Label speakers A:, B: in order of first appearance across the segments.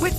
A: With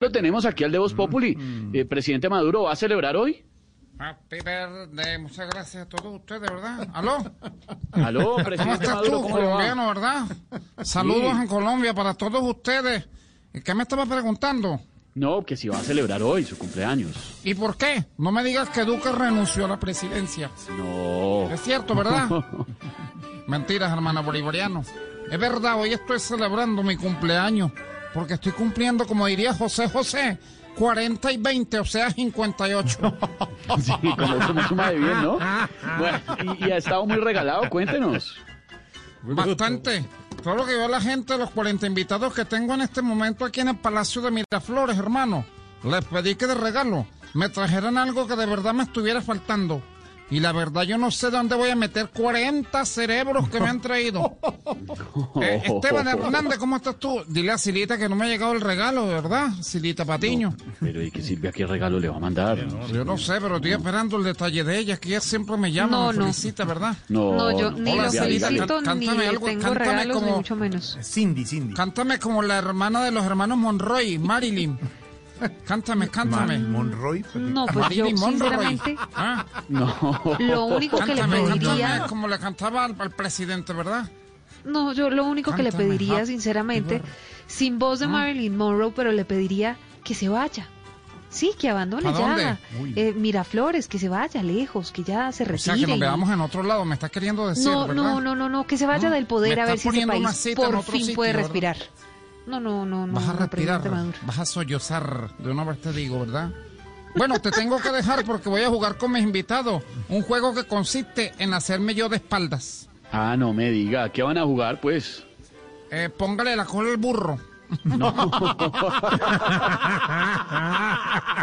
B: Lo tenemos aquí al de Voz
C: Mm,
B: Populi. Eh, presidente Maduro, ¿va a celebrar hoy?
C: Happy birthday, muchas gracias a todos ustedes, ¿verdad? ¿Aló?
B: Aló,
C: ¿Cómo
B: presidente
C: estás
B: Maduro,
C: tú,
B: ¿cómo le va?
C: colombiano, verdad? Saludos en Colombia para todos ustedes. ¿Y ¿Qué me estaba preguntando?
B: No, que si va a celebrar hoy su cumpleaños.
C: ¿Y por qué? No me digas que Duque renunció a la presidencia.
B: No.
C: Es cierto, ¿verdad? Mentiras, hermano bolivariano. Es verdad, hoy estoy celebrando mi cumpleaños. Porque estoy cumpliendo, como diría José José, 40 y 20, o sea, 58.
B: Sí, como se me suma de bien, ¿no? Bueno, y, y ha estado muy regalado, cuéntenos.
C: Bastante. Todo lo que veo a la gente, los 40 invitados que tengo en este momento aquí en el Palacio de Miraflores, hermano. Les pedí que de regalo me trajeran algo que de verdad me estuviera faltando. Y la verdad yo no sé dónde voy a meter 40 cerebros que me han traído. Eh, Esteban Hernández, ¿cómo estás tú? Dile a Silita que no me ha llegado el regalo, ¿verdad? Silita Patiño.
B: Pero ¿y que Silvia qué regalo le va a mandar?
C: Yo no sé, pero estoy esperando el detalle de ella, que ella siempre me llama,
D: No,
C: me
D: no.
C: felicita, ¿verdad?
B: No,
D: No, yo ni
C: Hola,
B: Silvia,
D: lo
C: Silvia,
B: dígale.
D: felicito,
C: can-
D: ni
C: cántame
D: le
C: algo,
D: tengo
C: cántame
D: regalos, ni
C: como-
D: mucho menos.
E: Cindy, Cindy.
C: Cántame como la hermana de los hermanos Monroy, Marilyn. Cántame, cántame.
E: Monroy.
D: No, pues yo
C: Marilyn Monroy.
D: sinceramente
C: Ah,
B: No.
D: lo único que le
C: Cántame,
D: pediría,
C: cántame como le cantaba al, al presidente, ¿verdad?
D: no, yo lo único que le
C: Cántame,
D: pediría
C: ah,
D: sinceramente,
C: Ibarra.
D: sin voz de Marilyn Monroe, pero le pediría que se vaya. Sí, que abandone
C: ¿A dónde?
D: ya. Eh, Miraflores, que se vaya lejos, que ya se
C: O
D: retire.
C: sea, que nos
D: y-
C: veamos en otro lado, me estás queriendo decir,
D: No,
C: ¿verdad?
D: no, no, no, no, que se vaya
C: ¿No?
D: del poder
C: Me
D: a ver
C: estás
D: si ese
C: poniendo una
D: país
C: cita en
D: por
C: otro
D: fin
C: sitio,
D: puede
C: ¿verdad?
D: respirar. No, no, no, no.
C: Vas a
D: no, presidente
C: respirar,
D: Maduro.
C: vas a sollozar, de una vez te digo, ¿verdad? Bueno, te tengo que dejar porque voy a jugar con mis invitados. Un juego que consiste en hacerme yo de espaldas.
B: Ah, no me diga. ¿Qué van a jugar, pues?
C: Eh, póngale la cola al burro.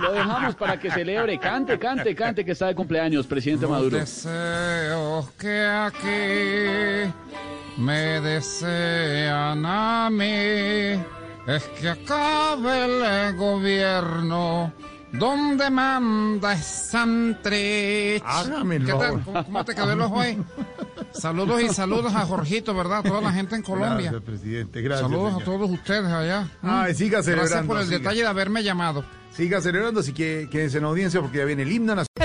B: Lo dejamos para que celebre. Cante, cante, cante que está de cumpleaños, presidente Maduro.
C: Deseos que aquí me desean a mí es que acabe el gobierno donde manda es Santrich.
E: Hágame el
C: ¿Qué
E: favor.
C: tal? ¿Cómo, cómo te quedó el ojo ahí? Saludos y saludos a Jorgito, ¿verdad? A toda la gente en Colombia.
E: Gracias, presidente. Gracias.
C: Saludos a
E: señor.
C: todos ustedes allá.
E: Ay, siga
C: Gracias
E: celebrando,
C: por el
E: siga.
C: detalle de haberme llamado.
E: Siga celebrando, así que quédense en audiencia porque ya viene el himno nacional.